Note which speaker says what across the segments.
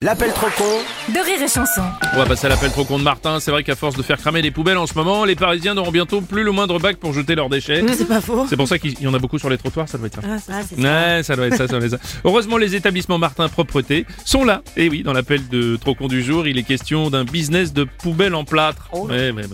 Speaker 1: L'appel trop con
Speaker 2: de rire et chanson.
Speaker 3: On va passer à l'appel trop con de Martin. C'est vrai qu'à force de faire cramer les poubelles en ce moment, les Parisiens n'auront bientôt plus le moindre bac pour jeter leurs déchets.
Speaker 4: C'est pas faux.
Speaker 3: C'est pour ça qu'il y en a beaucoup sur les trottoirs, ça doit être ça.
Speaker 4: Ah, c'est
Speaker 3: Ouais, ça doit être ça, ça doit être ça. Heureusement, les établissements Martin Propreté sont là. Et oui, dans l'appel de trop con du jour, il est question d'un business de poubelles en plâtre. Ouais, ouais, ouais.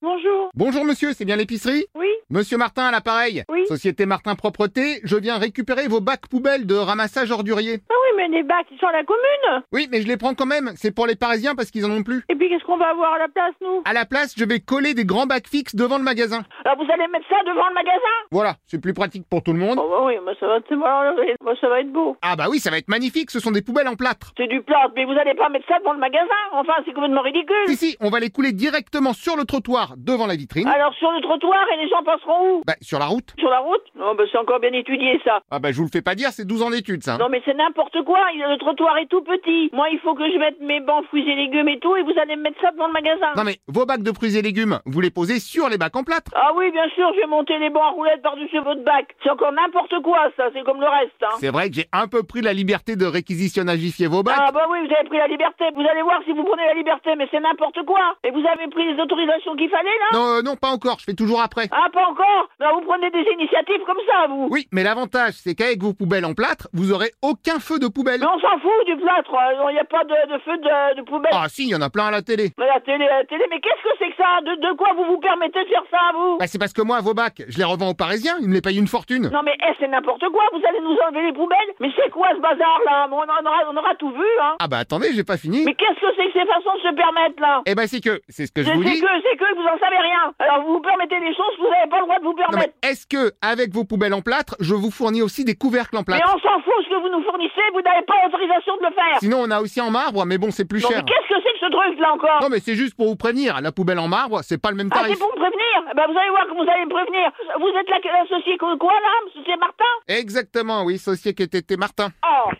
Speaker 5: Bonjour.
Speaker 6: Bonjour monsieur, c'est bien l'épicerie
Speaker 5: Oui,
Speaker 6: Monsieur Martin à l'appareil.
Speaker 5: Oui.
Speaker 6: Société Martin Propreté, je viens récupérer vos bacs poubelles de ramassage ordurier.
Speaker 5: ah oui, mais les bacs, ils sont à la commune.
Speaker 6: Oui, mais je les prends quand même, c'est pour les parisiens parce qu'ils en ont plus.
Speaker 5: Et puis qu'est-ce qu'on va avoir à la place, nous
Speaker 6: À la place, je vais coller des grands bacs fixes devant le magasin.
Speaker 5: Alors vous allez mettre ça devant le magasin
Speaker 6: Voilà, c'est plus pratique pour tout le monde.
Speaker 5: Oh bah oui, bah ça va, c'est bon, alors, bah, ça va être beau.
Speaker 6: Ah bah oui, ça va être magnifique, ce sont des poubelles en plâtre.
Speaker 5: C'est du plâtre, mais vous allez pas mettre ça devant le magasin. Enfin, c'est complètement ridicule.
Speaker 6: Ici, on va les couler directement sur le trottoir devant la vitrine.
Speaker 5: Alors sur le trottoir, et les gens passeront où
Speaker 6: Bah sur la route.
Speaker 5: Sur la route Non, bah c'est encore bien étudié ça.
Speaker 6: Ah bah je vous le fais pas dire, c'est 12 ans d'études ça.
Speaker 5: Non mais c'est n'importe quoi, il- le trottoir est tout petit. Moi, il faut que je mette mes bancs, fruits et légumes et tout, et vous allez me mettre ça devant le magasin.
Speaker 6: Non mais vos bacs de fruits et légumes, vous les posez sur les bacs en plâtre.
Speaker 5: Ah oui, bien sûr, je vais monter les bancs à roulettes par-dessus votre bac. C'est encore n'importe quoi ça, c'est comme le reste. Hein.
Speaker 6: C'est vrai que j'ai un peu pris la liberté de réquisitionnagifier vos bacs.
Speaker 5: Ah bah oui, vous avez pris la liberté. Vous allez voir si vous prenez la liberté, mais c'est n'importe quoi. Et vous avez pris les autorisations qu'il fallait là
Speaker 6: Non, euh, non, pas encore, je fais toujours après.
Speaker 5: Ah pas encore Non, vous prenez des initiatives comme ça, vous.
Speaker 6: Oui, mais l'avantage, c'est qu'avec vos poubelles en plâtre, vous aurez aucun feu de poubelle.
Speaker 5: Mais on s'en fout du plâtre. Euh, Il n'y a pas de, de feu de, de poubelle.
Speaker 6: Ah si, il y en a plein à la télé.
Speaker 5: Mais la télé, la télé, mais qu'est-ce que c'est que ça de, de quoi vous vous permettez de faire ça, vous
Speaker 6: Bah c'est parce que moi, vos bacs, je les revends aux Parisiens, ils me les payent une fortune.
Speaker 5: Non mais eh, c'est n'importe quoi. Vous allez nous enlever les poubelles Mais c'est quoi ce bazar là Bon, on, en aura, on aura tout vu, hein.
Speaker 6: Ah bah attendez, j'ai pas fini.
Speaker 5: Mais qu'est-ce que c'est que ces façons de se permettre là
Speaker 6: Eh bah c'est que, c'est ce que je
Speaker 5: C'est
Speaker 6: vous
Speaker 5: c'est
Speaker 6: dis.
Speaker 5: que, c'est que vous en savez rien. Alors vous vous permettez des choses que vous n'avez pas le droit de vous
Speaker 6: Non
Speaker 5: permettre.
Speaker 6: mais est-ce que, avec vos poubelles en plâtre, je vous fournis aussi des couvercles en
Speaker 5: Mais
Speaker 6: plâtre
Speaker 5: on s'en fout ce que vous nous fournissez, vous n'avez pas l'autorisation de le faire.
Speaker 6: Sinon, on a aussi en marbre, mais bon, c'est plus
Speaker 5: Non, mais
Speaker 6: cher.
Speaker 5: qu'est-ce que c'est que ce truc là encore
Speaker 6: Non mais c'est juste pour vous prévenir, la poubelle en marbre, c'est pas le même
Speaker 5: Ah,
Speaker 6: tarif.
Speaker 5: c'est pour me prévenir Eh ben, Vous allez voir que vous allez me prévenir. Vous êtes la- l'associé que- quoi là C'est Martin
Speaker 6: Exactement, oui, socié qui était Martin.
Speaker 5: Oh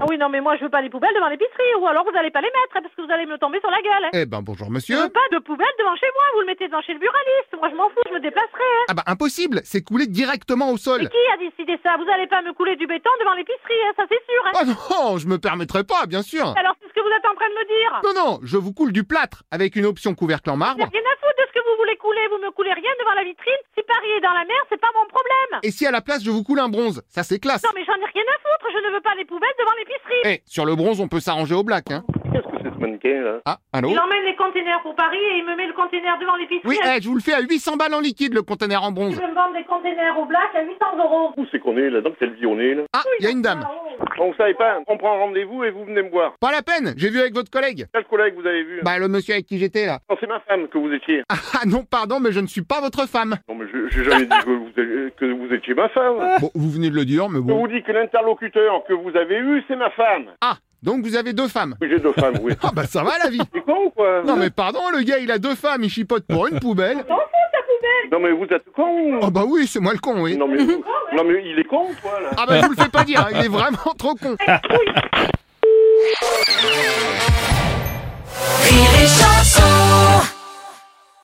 Speaker 4: Ah oui, non, mais moi, je veux pas les poubelles devant l'épicerie, ou alors vous allez pas les mettre, hein, parce que vous allez me tomber sur la gueule. hein.
Speaker 6: Eh ben bonjour
Speaker 4: Je veux
Speaker 6: monsieur.
Speaker 4: pas de poubelles devant chez moi, vous le mettez devant chez le buraliste. Moi, je m'en fous, je me déplacerai. hein.
Speaker 6: Ah bah impossible, c'est coulé directement au
Speaker 4: Mais
Speaker 6: sol.
Speaker 4: qui a décidé ça Vous allez pas me couler du béton devant l'épicerie, hein, ça c'est sûr. hein.
Speaker 6: Oh non, je me permettrai pas, bien sûr.
Speaker 4: Alors, c'est ce que vous êtes en train de me dire.
Speaker 6: Non, non, je vous coule du plâtre avec une option couvercle en
Speaker 4: J'ai
Speaker 6: marbre.
Speaker 4: rien à foutre de ce que vous voulez couler, vous me coulez rien devant la vitrine. Si Paris est dans la mer, c'est pas mon problème.
Speaker 6: Et si à la place je vous coule un bronze, ça c'est classe.
Speaker 4: Non, mais j'en ai rien à foutre, je ne veux pas les poubelles devant l'épicerie.
Speaker 6: Eh, sur le bronze, on peut s'arranger au black, hein.
Speaker 7: Qu'est-ce que c'est ce mannequin là
Speaker 6: Ah, allô
Speaker 4: Il emmène les containers pour Paris et il me met le container devant l'épicerie.
Speaker 6: Oui, eh, je vous le fais à 800 balles en liquide, le conteneur en
Speaker 4: Tu
Speaker 6: bronze.
Speaker 4: veux me vendre des containers au black à 800 euros. oh.
Speaker 7: Où c'est qu'on est là Dans quelle vie on est là
Speaker 6: Ah, il y a une dame.
Speaker 7: On savait pas, on prend rendez-vous et vous venez me voir.
Speaker 6: Pas la peine, j'ai vu avec votre collègue.
Speaker 7: Quel collègue vous avez vu
Speaker 6: Bah, le monsieur avec qui j'étais, là.
Speaker 7: Non, c'est ma femme que vous étiez.
Speaker 6: Ah, ah, non, pardon, mais je ne suis pas votre femme.
Speaker 7: Non mais je- j'ai jamais dit que vous, avez- que vous étiez ma femme.
Speaker 6: Bon, vous venez de le dire, mais
Speaker 7: Je
Speaker 6: bon.
Speaker 7: vous dis que l'interlocuteur que vous avez eu, c'est ma femme.
Speaker 6: Ah, donc vous avez deux femmes.
Speaker 7: Oui, j'ai deux femmes, oui.
Speaker 6: Ah, bah ça va, la vie.
Speaker 7: C'est con ou quoi
Speaker 6: Non, mais pardon, le gars, il a deux femmes, il chipote pour une poubelle.
Speaker 5: Então,
Speaker 7: Non, mais vous êtes con
Speaker 6: Oh, bah oui, c'est moi le con, oui.
Speaker 7: non, mais, non mais il est con toi là
Speaker 6: Ah, bah, je vous le fais pas dire, hein, il est vraiment trop con.
Speaker 1: Rire et Chanson